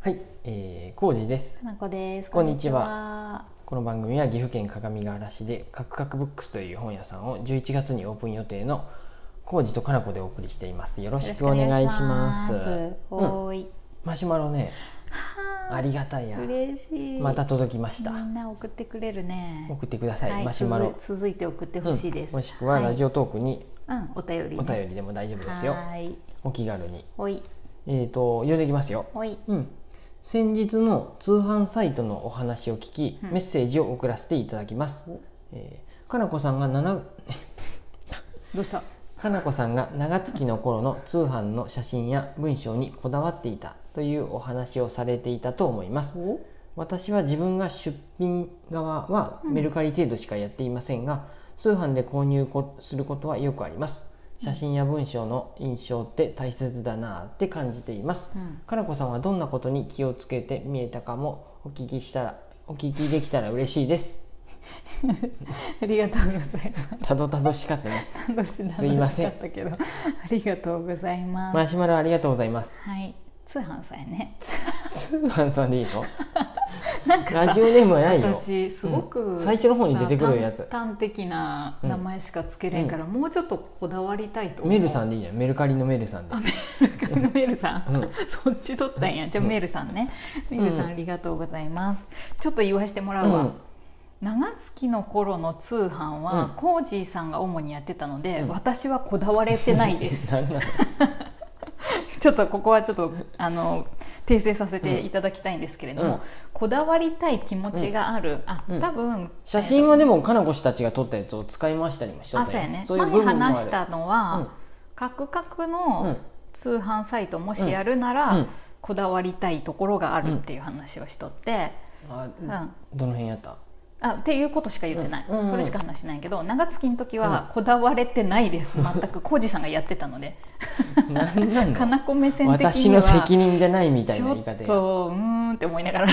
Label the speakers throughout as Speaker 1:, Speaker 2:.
Speaker 1: はい、えー、康二です。
Speaker 2: かなこです。
Speaker 1: こんにちは
Speaker 2: は。
Speaker 1: この番組は岐阜県各務原市でカクカクブックスという本屋さんを11月にオープン予定の康二とかなこでお送りしています。よろ
Speaker 2: よろ
Speaker 1: し
Speaker 2: し
Speaker 1: く
Speaker 2: く
Speaker 1: お
Speaker 2: お
Speaker 1: 願
Speaker 2: 願
Speaker 1: い
Speaker 2: い
Speaker 1: し
Speaker 2: し
Speaker 1: ま。
Speaker 2: ますす。
Speaker 1: うん、
Speaker 2: おーい。
Speaker 1: マシュマロね、あ
Speaker 2: は
Speaker 1: りがたい
Speaker 2: ー
Speaker 1: や。
Speaker 2: 嬉しい。
Speaker 1: また届きました
Speaker 2: み。んな送ってくれるね。
Speaker 1: 送ってください。マシュ
Speaker 2: 続
Speaker 1: マロ。
Speaker 2: 続いて送ってほしいです。
Speaker 1: うんもしくはラジ
Speaker 2: オ。
Speaker 1: オトークに
Speaker 2: うん、お便りね。
Speaker 1: お便りでも大丈夫ですよ。
Speaker 2: はーい。
Speaker 1: お気軽に。
Speaker 2: おい。
Speaker 1: えっ、と読んでいきますよ。
Speaker 2: おい。
Speaker 1: うん、先日の通販サイトのお話を聞き、
Speaker 2: うん
Speaker 1: メッセージを送らせていただきます、えーかなこさんが7
Speaker 2: どうした。
Speaker 1: かなこさんが長月の頃の通販の写真や文章にこだわっていたというお話をされていたと思います
Speaker 2: お。
Speaker 1: 私は自分が出品側は
Speaker 2: うん
Speaker 1: メルカリ程度しかやっていませんが、通販で購入こすることはよくあります写真や文章の印象って大切だなあって感じています
Speaker 2: うん。
Speaker 1: かなこさんはどんなことに気をつけて見えたかもお聞きしたらお聞きできたら嬉しいです。
Speaker 2: ありがとうございま
Speaker 1: たどたどしかったね。
Speaker 2: す。どうしよう
Speaker 1: すいません
Speaker 2: だったけど。ありがとうございます。
Speaker 1: マシュマロありがとうございます。
Speaker 2: はい。通販さんや ね。
Speaker 1: 通販さんでいいの？ラジオネームはないよ。
Speaker 2: 私すごく、
Speaker 1: うん最初の方に出てくるやつ
Speaker 2: さ端端的な名前しかつけれんから、もうちょっとこだわりたいと思う
Speaker 1: メルさ
Speaker 2: ん
Speaker 1: んでいいじゃん。メルカリのメルさんで
Speaker 2: あ。メルカリのメルさん、
Speaker 1: うん
Speaker 2: そっち取ったんやじゃあ
Speaker 1: うん
Speaker 2: メルさんね、メルさ
Speaker 1: うん
Speaker 2: んありがとうございますちょっと言わしてもら
Speaker 1: う
Speaker 2: うんわ、長月の頃の通販
Speaker 1: うん
Speaker 2: は、コージーさんが主にやってたので、
Speaker 1: うん
Speaker 2: 私はこだわれてないです
Speaker 1: なんなの
Speaker 2: ちょっとここはちょっとあの訂正させていただきたいんですけれども、
Speaker 1: うん
Speaker 2: こだわりたい気持ちがある、あ
Speaker 1: うん
Speaker 2: 多分、
Speaker 1: 写真はでもかなこ氏たちが撮ったやつを使い回したりもしと
Speaker 2: あ
Speaker 1: っ
Speaker 2: そ
Speaker 1: た
Speaker 2: うやね
Speaker 1: そういう部分
Speaker 2: 前
Speaker 1: もある。
Speaker 2: 話したの
Speaker 1: う
Speaker 2: は
Speaker 1: ん、
Speaker 2: カクカク
Speaker 1: う
Speaker 2: の
Speaker 1: ん
Speaker 2: 通販サイトもしやるなら、
Speaker 1: うん
Speaker 2: こだわりたいところがあるっていう話をしとって、
Speaker 1: あ
Speaker 2: うん
Speaker 1: どの辺やった？
Speaker 2: あっていうことしか言ってない、
Speaker 1: うんうん
Speaker 2: それしか話してないけど長月の時
Speaker 1: う
Speaker 2: はこだわれてない です全く浩二さんがやってたので
Speaker 1: なんな
Speaker 2: か
Speaker 1: の？
Speaker 2: なこ目線的には
Speaker 1: 私の責任じゃないみたいな言い
Speaker 2: ちょっ
Speaker 1: 方や。
Speaker 2: とうーんって思いな がら、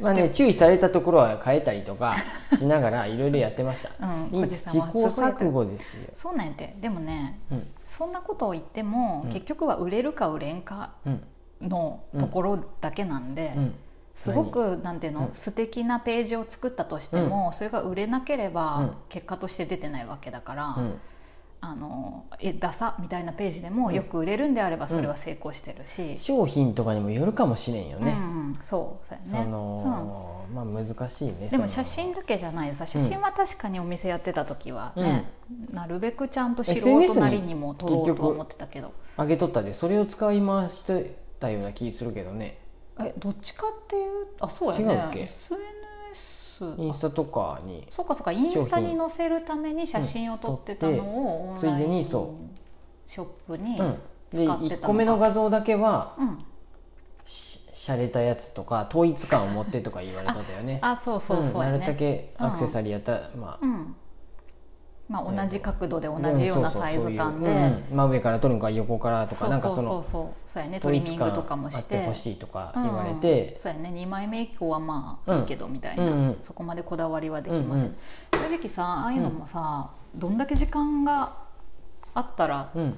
Speaker 1: まあね、注意されたところは変えたりとかしながらいろいろやってました
Speaker 2: うん
Speaker 1: いい
Speaker 2: 小路
Speaker 1: 自己
Speaker 2: さんはすごい
Speaker 1: 錯誤ですよ、
Speaker 2: そうなんやってでもね
Speaker 1: うん
Speaker 2: そんなことを言っても、
Speaker 1: うん
Speaker 2: 結局は売れるか売れんか
Speaker 1: うん
Speaker 2: のところだけなんで、
Speaker 1: うん、
Speaker 2: すごくなんていうの、
Speaker 1: うん
Speaker 2: 素敵なページを作ったとしても、それが売れなけれ
Speaker 1: うん
Speaker 2: ば結果として出てないわけだから、
Speaker 1: うん
Speaker 2: あのえダサみたいなページでも
Speaker 1: うん
Speaker 2: よく売れるんであればそれは成功してるし、
Speaker 1: 商品とかにもよるかもしれんよ
Speaker 2: うん
Speaker 1: ね、
Speaker 2: うんそうそうやね
Speaker 1: その、まあ難しいね
Speaker 2: うんで
Speaker 1: そ
Speaker 2: も
Speaker 1: の
Speaker 2: 写真だけじゃないさ写真は確かにお店やってた時はね、なるべくちゃんと素人なりにも撮ろうとは思ってたけど
Speaker 1: 上げとったでそれを使い回してたような気するけどね
Speaker 2: えどっちかっていうあそうや
Speaker 1: 違うっ
Speaker 2: ね
Speaker 1: け
Speaker 2: SNS
Speaker 1: インスタとかに
Speaker 2: そうかそうかインスタに載せるために写真を撮ってたのをオン
Speaker 1: つい
Speaker 2: ラ
Speaker 1: で
Speaker 2: イ
Speaker 1: に
Speaker 2: ンシ
Speaker 1: そ
Speaker 2: ョ
Speaker 1: う
Speaker 2: ップに、
Speaker 1: うんで
Speaker 2: 使ってたの
Speaker 1: 1
Speaker 2: か
Speaker 1: 個目の画像だけは
Speaker 2: うん
Speaker 1: ししゃれたやつとか統一感を持ってとか言われたんだよね
Speaker 2: あそうそうそうや
Speaker 1: んなるだ
Speaker 2: ね、
Speaker 1: けアクセサリーやった、まあ
Speaker 2: うんまあ、同じ角度で同じようなサイズ
Speaker 1: う
Speaker 2: 感で、
Speaker 1: んそうそうそういううんうん真上から撮るのか横からと
Speaker 2: そ
Speaker 1: か
Speaker 2: う
Speaker 1: な
Speaker 2: そ
Speaker 1: ん
Speaker 2: う
Speaker 1: かそ
Speaker 2: そ
Speaker 1: うの
Speaker 2: そうそうやねト
Speaker 1: 統
Speaker 2: リミ
Speaker 1: 一
Speaker 2: ングと
Speaker 1: 感
Speaker 2: かも
Speaker 1: あ
Speaker 2: し
Speaker 1: って
Speaker 2: て
Speaker 1: ほしいとか言われて、
Speaker 2: そうやね2枚目以降はまあいいけどみたいな、
Speaker 1: うんうん
Speaker 2: そこまでこだわりはできません、
Speaker 1: うんうん
Speaker 2: 正直さああいうのもさ、どんだけ時間があったら
Speaker 1: うん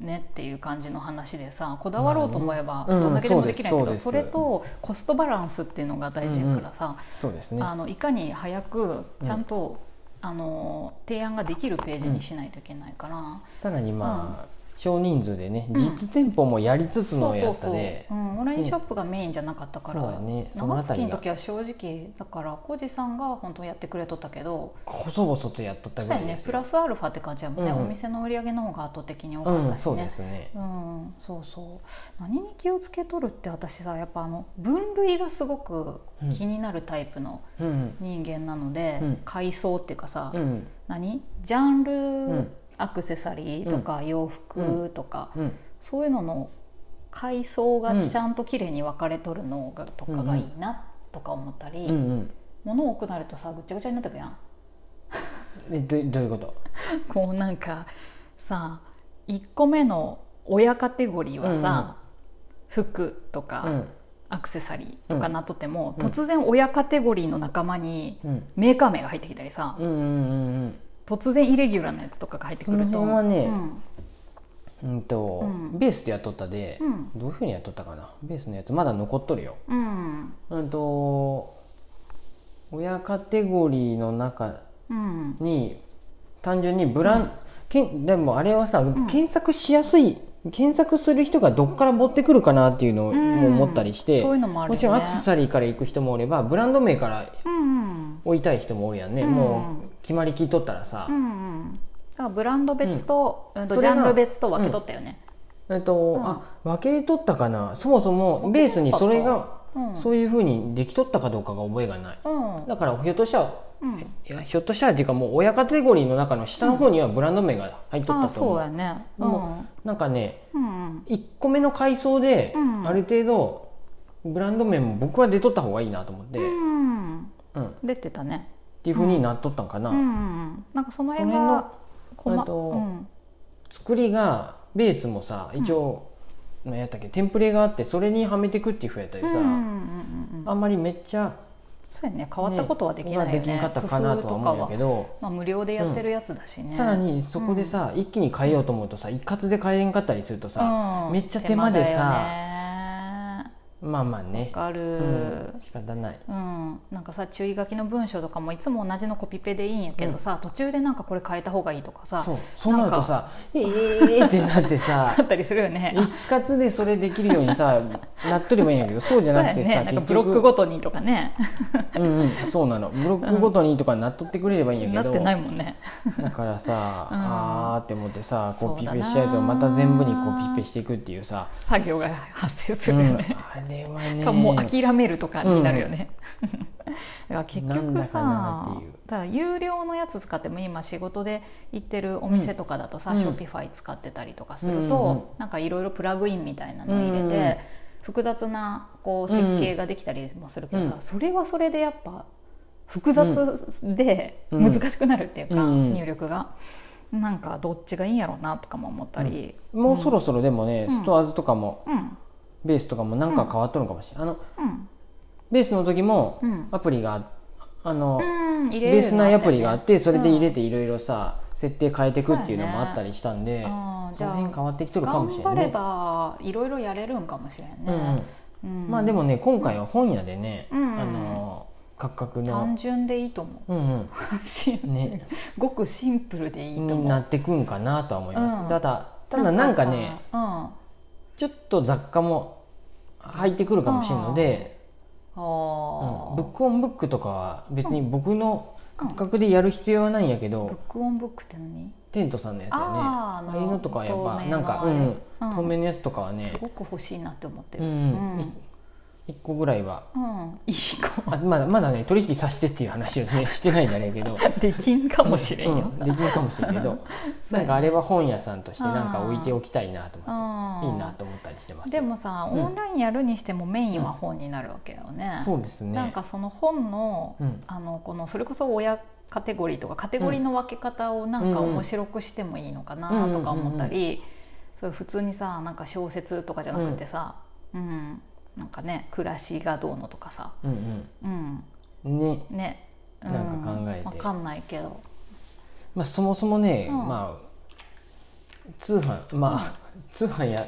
Speaker 2: ねっていう感じの話でさこだわろうと思えば
Speaker 1: まあねうん
Speaker 2: どんだけでもできないけ
Speaker 1: そう
Speaker 2: ど
Speaker 1: ですそ
Speaker 2: そう
Speaker 1: です
Speaker 2: れとコストバランスっていうのが大事やからさ
Speaker 1: そうですね
Speaker 2: あのいかに早くちゃんとあの提案ができるページにしないといけないから
Speaker 1: さらにまあ、少人数でね実店舗もやりつつのやったで、
Speaker 2: うんオンラインショップがメインじゃなかったか
Speaker 1: そうや
Speaker 2: ら
Speaker 1: ねその
Speaker 2: 長
Speaker 1: あた
Speaker 2: 月
Speaker 1: り
Speaker 2: の
Speaker 1: が
Speaker 2: 時は正直だから浩二さんが本当やってくれとったけど
Speaker 1: 細々とやっとった
Speaker 2: そう
Speaker 1: ぐら
Speaker 2: や
Speaker 1: いで
Speaker 2: ね
Speaker 1: す
Speaker 2: プ
Speaker 1: よ
Speaker 2: ラスアルファって感じやもんね
Speaker 1: うんうん
Speaker 2: お店の売り上げの方が圧倒的に多かっ
Speaker 1: う
Speaker 2: た
Speaker 1: ん
Speaker 2: し
Speaker 1: そう
Speaker 2: ね
Speaker 1: ですね
Speaker 2: うん、そうそう何に気をつけとるって私さやっぱあの分類がすごく気になるタイプの
Speaker 1: うん
Speaker 2: 人間なので、
Speaker 1: うん
Speaker 2: 階層っていうかさ、
Speaker 1: うん
Speaker 2: 何ジャンル、
Speaker 1: ん
Speaker 2: アクセサリーとか洋服とか、
Speaker 1: うん
Speaker 2: そういうのの階層がちゃんと綺麗に分かれとるのが、とかがいいなとか思ったり、
Speaker 1: うんうん
Speaker 2: 物多くなるとさぐっちゃぐちゃになってくやん。
Speaker 1: えどどういうこと
Speaker 2: こうなんかさ1個目の親カテゴリーはさ、服とか、
Speaker 1: うん
Speaker 2: アクセサリーとかなっとっても、
Speaker 1: うん
Speaker 2: 突然親カテゴリーの仲間に
Speaker 1: うん
Speaker 2: メーカー名が入ってきたりさ、
Speaker 1: うんうんうんうん
Speaker 2: 突然イレギュラーなやつとかが入ってくると
Speaker 1: その辺はね
Speaker 2: うん
Speaker 1: うんと、
Speaker 2: うん
Speaker 1: ベースでやっとったで、
Speaker 2: うん
Speaker 1: どういうふうにやっとったかなベースのやつまだ残っとるよ
Speaker 2: うん
Speaker 1: うんと親カテゴリーの中
Speaker 2: うん
Speaker 1: に単純にブラン、
Speaker 2: うん
Speaker 1: けんでもあれはさ、
Speaker 2: ん
Speaker 1: 検索しやすい検索する人がどっから持ってくるかなっていうのをも思ったりして、
Speaker 2: そういうのもあるよね
Speaker 1: もちろんアクセサリーから行く人もおればブランド名から
Speaker 2: うんうん
Speaker 1: 追いたい人もおるやんね、
Speaker 2: うん
Speaker 1: もう決まりきっとったらさ
Speaker 2: う、んうんだからブランド別と,、うん、と
Speaker 1: そ
Speaker 2: ジ
Speaker 1: れ
Speaker 2: ャ
Speaker 1: が
Speaker 2: ンル別と分け取ったよね、
Speaker 1: えっと
Speaker 2: ん
Speaker 1: あ分け取ったかなそもそもベースにそれが
Speaker 2: うん
Speaker 1: そういうふうにできとったかどうかが覚えがない
Speaker 2: うんうん
Speaker 1: だからひょっとしたらいやひょっとしたらっていうかもう親カテゴリーの中の下の方にはブランド名が入っとっ
Speaker 2: あ
Speaker 1: たと思
Speaker 2: そううやねう
Speaker 1: も
Speaker 2: ん
Speaker 1: なんかね
Speaker 2: うん
Speaker 1: 1個目の階層で
Speaker 2: うん
Speaker 1: ある程度ブランド名も僕は出とった方がいいなと思って、
Speaker 2: う
Speaker 1: うん
Speaker 2: ん
Speaker 1: っ
Speaker 2: 出てたね
Speaker 1: ていうふうになっとったんかな、
Speaker 2: うんうんなんかその辺
Speaker 1: その辺
Speaker 2: が
Speaker 1: の
Speaker 2: 細
Speaker 1: えっと
Speaker 2: うん
Speaker 1: 作りがベースもさ一応、なんやったっけテンプレがあってそれにはめてくっていうふうやったり
Speaker 2: うん
Speaker 1: さ、
Speaker 2: うんうんう
Speaker 1: あ
Speaker 2: ん
Speaker 1: んまりめっちゃ
Speaker 2: そうやね変わったことはできないよね
Speaker 1: できんかったかなとは思うんやけ
Speaker 2: ど、
Speaker 1: ど、
Speaker 2: まあ、無料でやってるやつだしね、
Speaker 1: さらにそこでさ、一気に変えようと思うとさ一括で変えれんかったりするとさ、
Speaker 2: うん
Speaker 1: めっちゃ手間でさ
Speaker 2: 手間だよね
Speaker 1: まあまあね
Speaker 2: わ、かる、
Speaker 1: うん、仕方ない
Speaker 2: うん、なんかさ注意書きの文章とかもいつも同じのコピペでいいんやけどさ、途中でなんかこれ変えた方がいいとかさ
Speaker 1: そうそうなるとさ「ええー、ってなってさ
Speaker 2: あったりするよね
Speaker 1: 一括でそれできるように さなっとればいいんやけどそうじゃなくて
Speaker 2: そうや
Speaker 1: さ、
Speaker 2: ねなん
Speaker 1: 結
Speaker 2: か
Speaker 1: 局
Speaker 2: ブロックごとにとかね
Speaker 1: うんうんそうなのブロックごとにとかなっとってくれればいいんやけ
Speaker 2: な
Speaker 1: ど、
Speaker 2: ってないも んね
Speaker 1: だからさ、
Speaker 2: うん
Speaker 1: あーって思ってさコピ
Speaker 2: そう
Speaker 1: ペ
Speaker 2: だな
Speaker 1: したやつをまた全部にコピペしていくっていうさ
Speaker 2: 作業が発生す
Speaker 1: う
Speaker 2: るよ
Speaker 1: ん、
Speaker 2: ね、
Speaker 1: あれはね
Speaker 2: かもう諦めるとかになるよね、 だから結
Speaker 1: なん
Speaker 2: 局
Speaker 1: だかなっ
Speaker 2: さ
Speaker 1: ていう
Speaker 2: だから有料のやつ使っても今仕事で行ってるお店とかだとさ、
Speaker 1: うん
Speaker 2: ショピファイ使ってたりとかす
Speaker 1: うん
Speaker 2: る
Speaker 1: うんうん
Speaker 2: と、なんかいろいろプラグインみたいなの入れて、
Speaker 1: うんうんうん
Speaker 2: 複雑なこう設計ができたりもするけど、
Speaker 1: うん
Speaker 2: それはそれでやっぱ複雑で
Speaker 1: うん
Speaker 2: 難しくなるっていうか、
Speaker 1: うんうん
Speaker 2: 入力が。なんかどっちがいいんやろうなとかも思ったり、
Speaker 1: もうそろそろでもね、
Speaker 2: うん
Speaker 1: ストアーズとかも
Speaker 2: うん
Speaker 1: ベースとかもなんか変わっとるのかもしれない、あの
Speaker 2: うん
Speaker 1: ベースの時も
Speaker 2: うん
Speaker 1: アプリがあの、
Speaker 2: うん、入れる
Speaker 1: ベースのアプリがあってそれで入れ
Speaker 2: て
Speaker 1: ていろいろさ設定変えてくっていうのもあったりしたんで、
Speaker 2: あー
Speaker 1: そ
Speaker 2: じゃあ
Speaker 1: の辺変わってきとるか
Speaker 2: 頑
Speaker 1: もしれな
Speaker 2: 張
Speaker 1: い
Speaker 2: れ
Speaker 1: ね。
Speaker 2: ばいろいろやれるんかもしれん
Speaker 1: うん
Speaker 2: ね、う
Speaker 1: うん
Speaker 2: ん
Speaker 1: まあでもね今回は本屋でね、
Speaker 2: うん
Speaker 1: あの価格
Speaker 2: 単
Speaker 1: の、
Speaker 2: 純でいいと思
Speaker 1: うん
Speaker 2: うシンプ
Speaker 1: う
Speaker 2: ル
Speaker 1: んね、
Speaker 2: ごくシンプルでいいと
Speaker 1: に
Speaker 2: 思
Speaker 1: な
Speaker 2: う
Speaker 1: ってくんかなとは思います、
Speaker 2: うん
Speaker 1: ただただなんかね
Speaker 2: なんか
Speaker 1: ちょっと雑貨も入ってくるかもしれんので、
Speaker 2: さうん
Speaker 1: うん
Speaker 2: あー
Speaker 1: ブックオンブックとかは別に僕の価格でやる必要はないんやけど、
Speaker 2: ブックオンブックって何
Speaker 1: テントさんのやつやね
Speaker 2: あ
Speaker 1: あ
Speaker 2: ー
Speaker 1: あいうのとかはやっぱ
Speaker 2: 透明の
Speaker 1: なんか、
Speaker 2: あ
Speaker 1: う
Speaker 2: れ
Speaker 1: ん、
Speaker 2: うん
Speaker 1: 透明のやつとかはね
Speaker 2: すごく欲しいなって思って
Speaker 1: う
Speaker 2: る
Speaker 1: ん
Speaker 2: う
Speaker 1: い
Speaker 2: ん
Speaker 1: 一個ぐらいは
Speaker 2: うんいい
Speaker 1: あまだまだね取引させてっていう話をねしてないんだね けど
Speaker 2: 子 できんかもしれんよ
Speaker 1: うんできるかもしれんけどなんかあれは本屋さんとしてなんか置いておきたいなと思っていいな
Speaker 2: な
Speaker 1: と思ったりしてます
Speaker 2: でもさ
Speaker 1: うん
Speaker 2: オンラインやるにしてもメインは本になるわけよね
Speaker 1: そうですね
Speaker 2: なんかその本の,、
Speaker 1: うん
Speaker 2: あのこのそれこそ親カテゴリーとかカテゴリーの分け方をなんか
Speaker 1: うんうん
Speaker 2: 面白くしてもいいのかなとか思ったり、そういう普通にさなんか小説とかじゃなくてさ、うんなんかね暮らしがどうのとかさ、
Speaker 1: うん
Speaker 2: うん、
Speaker 1: うんね
Speaker 2: ね、う
Speaker 1: なんか考えて
Speaker 2: わかんないけど、
Speaker 1: まあそもそもね
Speaker 2: うん
Speaker 1: まあ通販まあ通販や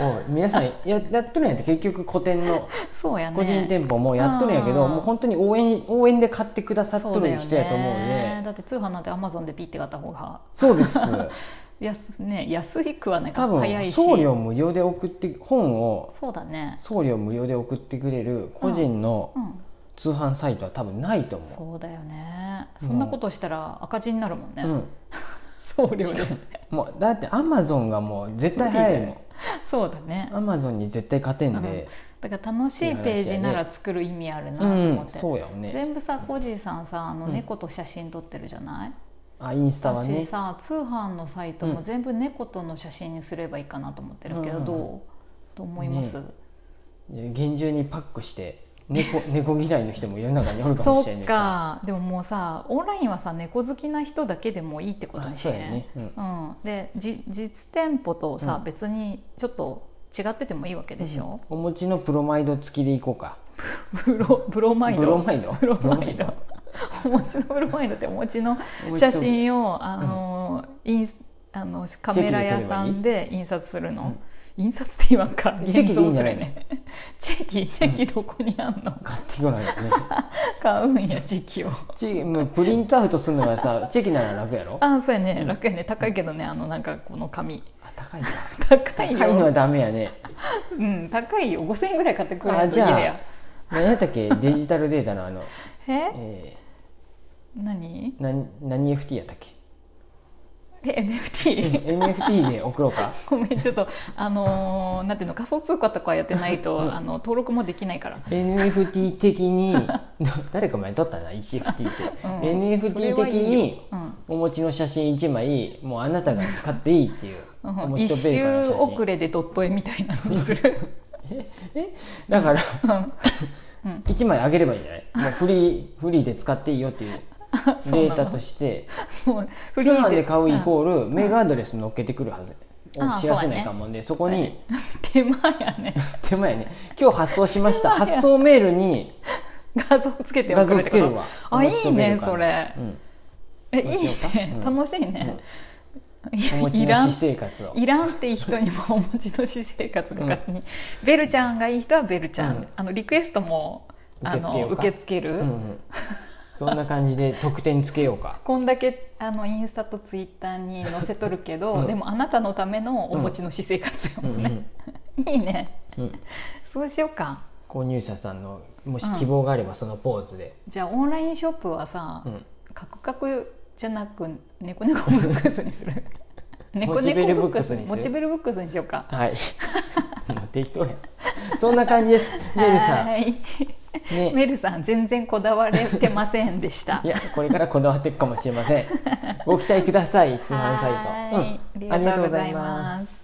Speaker 1: もう皆さん ややっとるんやって結局古典の
Speaker 2: そうやね
Speaker 1: 個人店舗もやっとるんやけど、
Speaker 2: うん
Speaker 1: もう本当に応援応援で買ってくださっとる人やと思う
Speaker 2: そ
Speaker 1: ん
Speaker 2: だよね
Speaker 1: で
Speaker 2: だって通販なんてアマゾンでピッて買った方が
Speaker 1: そう です
Speaker 2: 安,、ね、安いくはないか
Speaker 1: 多
Speaker 2: ら早
Speaker 1: 分
Speaker 2: いし
Speaker 1: 送料無料で送って本を
Speaker 2: そうだね
Speaker 1: 送料無料で送ってくれる個人の
Speaker 2: うん
Speaker 1: 通販サイトは多分ないと思
Speaker 2: そうだよね
Speaker 1: うん
Speaker 2: そんなことしたら赤字になるもんね、
Speaker 1: う、うん
Speaker 2: 送料で
Speaker 1: もうだってアマゾンがもう絶対早いもん
Speaker 2: そうだね
Speaker 1: アマゾンに絶対勝てんで
Speaker 2: だから楽しいページなら作る意味あるなと
Speaker 1: うん、
Speaker 2: 思って、
Speaker 1: そうやよね
Speaker 2: 全部さコージーさんさあの
Speaker 1: うん
Speaker 2: 猫と写真撮ってるじゃない、
Speaker 1: あインスタは
Speaker 2: 私
Speaker 1: ね
Speaker 2: さ通販のサイト
Speaker 1: う
Speaker 2: も
Speaker 1: ん
Speaker 2: 全部猫との写真にすればいいかなと思ってるけど、
Speaker 1: うんうん
Speaker 2: ど
Speaker 1: う
Speaker 2: うんと思います、
Speaker 1: 厳重にパックして猫 猫嫌いの人も世の中におるか
Speaker 2: そ
Speaker 1: もしれな
Speaker 2: っ
Speaker 1: いさ
Speaker 2: かでももうさオンラインはさ猫好きな人だけでもいいってこと
Speaker 1: あ
Speaker 2: にし
Speaker 1: そう
Speaker 2: て
Speaker 1: やね、うん
Speaker 2: うん、でじ実店舗とさ、
Speaker 1: うん
Speaker 2: 別にちょっと違っててもいいわけでしょ、
Speaker 1: お持ちのプロマイド付きでいこうか
Speaker 2: ブロブロマイド
Speaker 1: ブロマイド
Speaker 2: ブロマイドお持ちのブロマイドってお持ちの写真をあの、インスあのカメラ屋さんで印刷するの、印刷って言わんか
Speaker 1: チェキでいいんじゃない
Speaker 2: ねチェキチェキどこにあんの、
Speaker 1: 買ってこないよね
Speaker 2: 買うんやチェキを
Speaker 1: チもうプリントアウトするのがさ チェキなら楽やろあ
Speaker 2: あそうやね、
Speaker 1: うん
Speaker 2: 楽やね高いけどねあのなんかこの紙
Speaker 1: 高いな
Speaker 2: 高いよ
Speaker 1: 高いのはダメやね
Speaker 2: うん高いよ5000円ぐらい買ってくれ
Speaker 1: あ
Speaker 2: ると
Speaker 1: じ
Speaker 2: 家で
Speaker 1: ゃあ
Speaker 2: や
Speaker 1: 何やったっけデジタルデータのあの、
Speaker 2: え
Speaker 1: え
Speaker 2: 何
Speaker 1: ー、な何 FT やったっけ
Speaker 2: え NFT?
Speaker 1: NFT で送ろうか
Speaker 2: ごめんちょっとあのーなんていうの仮想通貨とかやってないと、あの登録もできないから
Speaker 1: NFT 的に誰か前撮ったな 1FT って、
Speaker 2: うん
Speaker 1: NFT 的に
Speaker 2: それはいいよ
Speaker 1: お持ちの写真1枚もうあなたが使っていいっていう
Speaker 2: うん
Speaker 1: お
Speaker 2: う
Speaker 1: 持
Speaker 2: ん
Speaker 1: ち
Speaker 2: 一
Speaker 1: とベーカーの
Speaker 2: 周
Speaker 1: 写真
Speaker 2: 遅れでドット絵みたいなのにする
Speaker 1: えだから
Speaker 2: うん
Speaker 1: 1枚あげればいいんじゃないもうフリーフリーで使っていいよっていうデ
Speaker 2: そうなの
Speaker 1: ータとして
Speaker 2: もうフ
Speaker 1: 通販で買うイ
Speaker 2: うん
Speaker 1: コールメールアドレス乗っけてくるはず
Speaker 2: ああ
Speaker 1: を知らせないかもんでそこに
Speaker 2: 手間やね
Speaker 1: 手前ね今日発送しました
Speaker 2: そうや
Speaker 1: 発送メールに
Speaker 2: 画像つけて
Speaker 1: 画
Speaker 2: 送
Speaker 1: 像
Speaker 2: る
Speaker 1: つ
Speaker 2: って
Speaker 1: け
Speaker 2: こ
Speaker 1: る
Speaker 2: と
Speaker 1: わ
Speaker 2: あいいねそれえい
Speaker 1: そうし
Speaker 2: い
Speaker 1: ようか
Speaker 2: ね
Speaker 1: うん
Speaker 2: 楽しいね、い
Speaker 1: うん
Speaker 2: や
Speaker 1: お持ち
Speaker 2: い
Speaker 1: の
Speaker 2: らん
Speaker 1: 私生活を
Speaker 2: いらんっていう人にもお持ちの私生活が勝手に、ベルちゃんがいい人はベルちゃん、
Speaker 1: うん
Speaker 2: あのリクエストもあの受
Speaker 1: 受け付けようか
Speaker 2: け付ける、
Speaker 1: うんうんそんな感じで得点つけようか
Speaker 2: こんだけあのインスタとツイッターに載せとるけど、
Speaker 1: うん
Speaker 2: でもあなたのためのお持ちの私生活や
Speaker 1: うん
Speaker 2: もんね、いいね
Speaker 1: うんうん
Speaker 2: そうしようか
Speaker 1: 購入者さんのもし希望があればそのポーズで
Speaker 2: じゃあオンラインショップはさ、
Speaker 1: うん
Speaker 2: カクカクじゃなく猫猫ブックスにする
Speaker 1: モチベルブックスにする
Speaker 2: モチベルブックスにしようか
Speaker 1: はい もう適当やそんな感じですメルさん
Speaker 2: はい
Speaker 1: ね
Speaker 2: メルさん全然こだわれてませんでした
Speaker 1: いやこれからこだわっていくかもしれませんご期待ください通販サイト、
Speaker 2: はいありがとうございます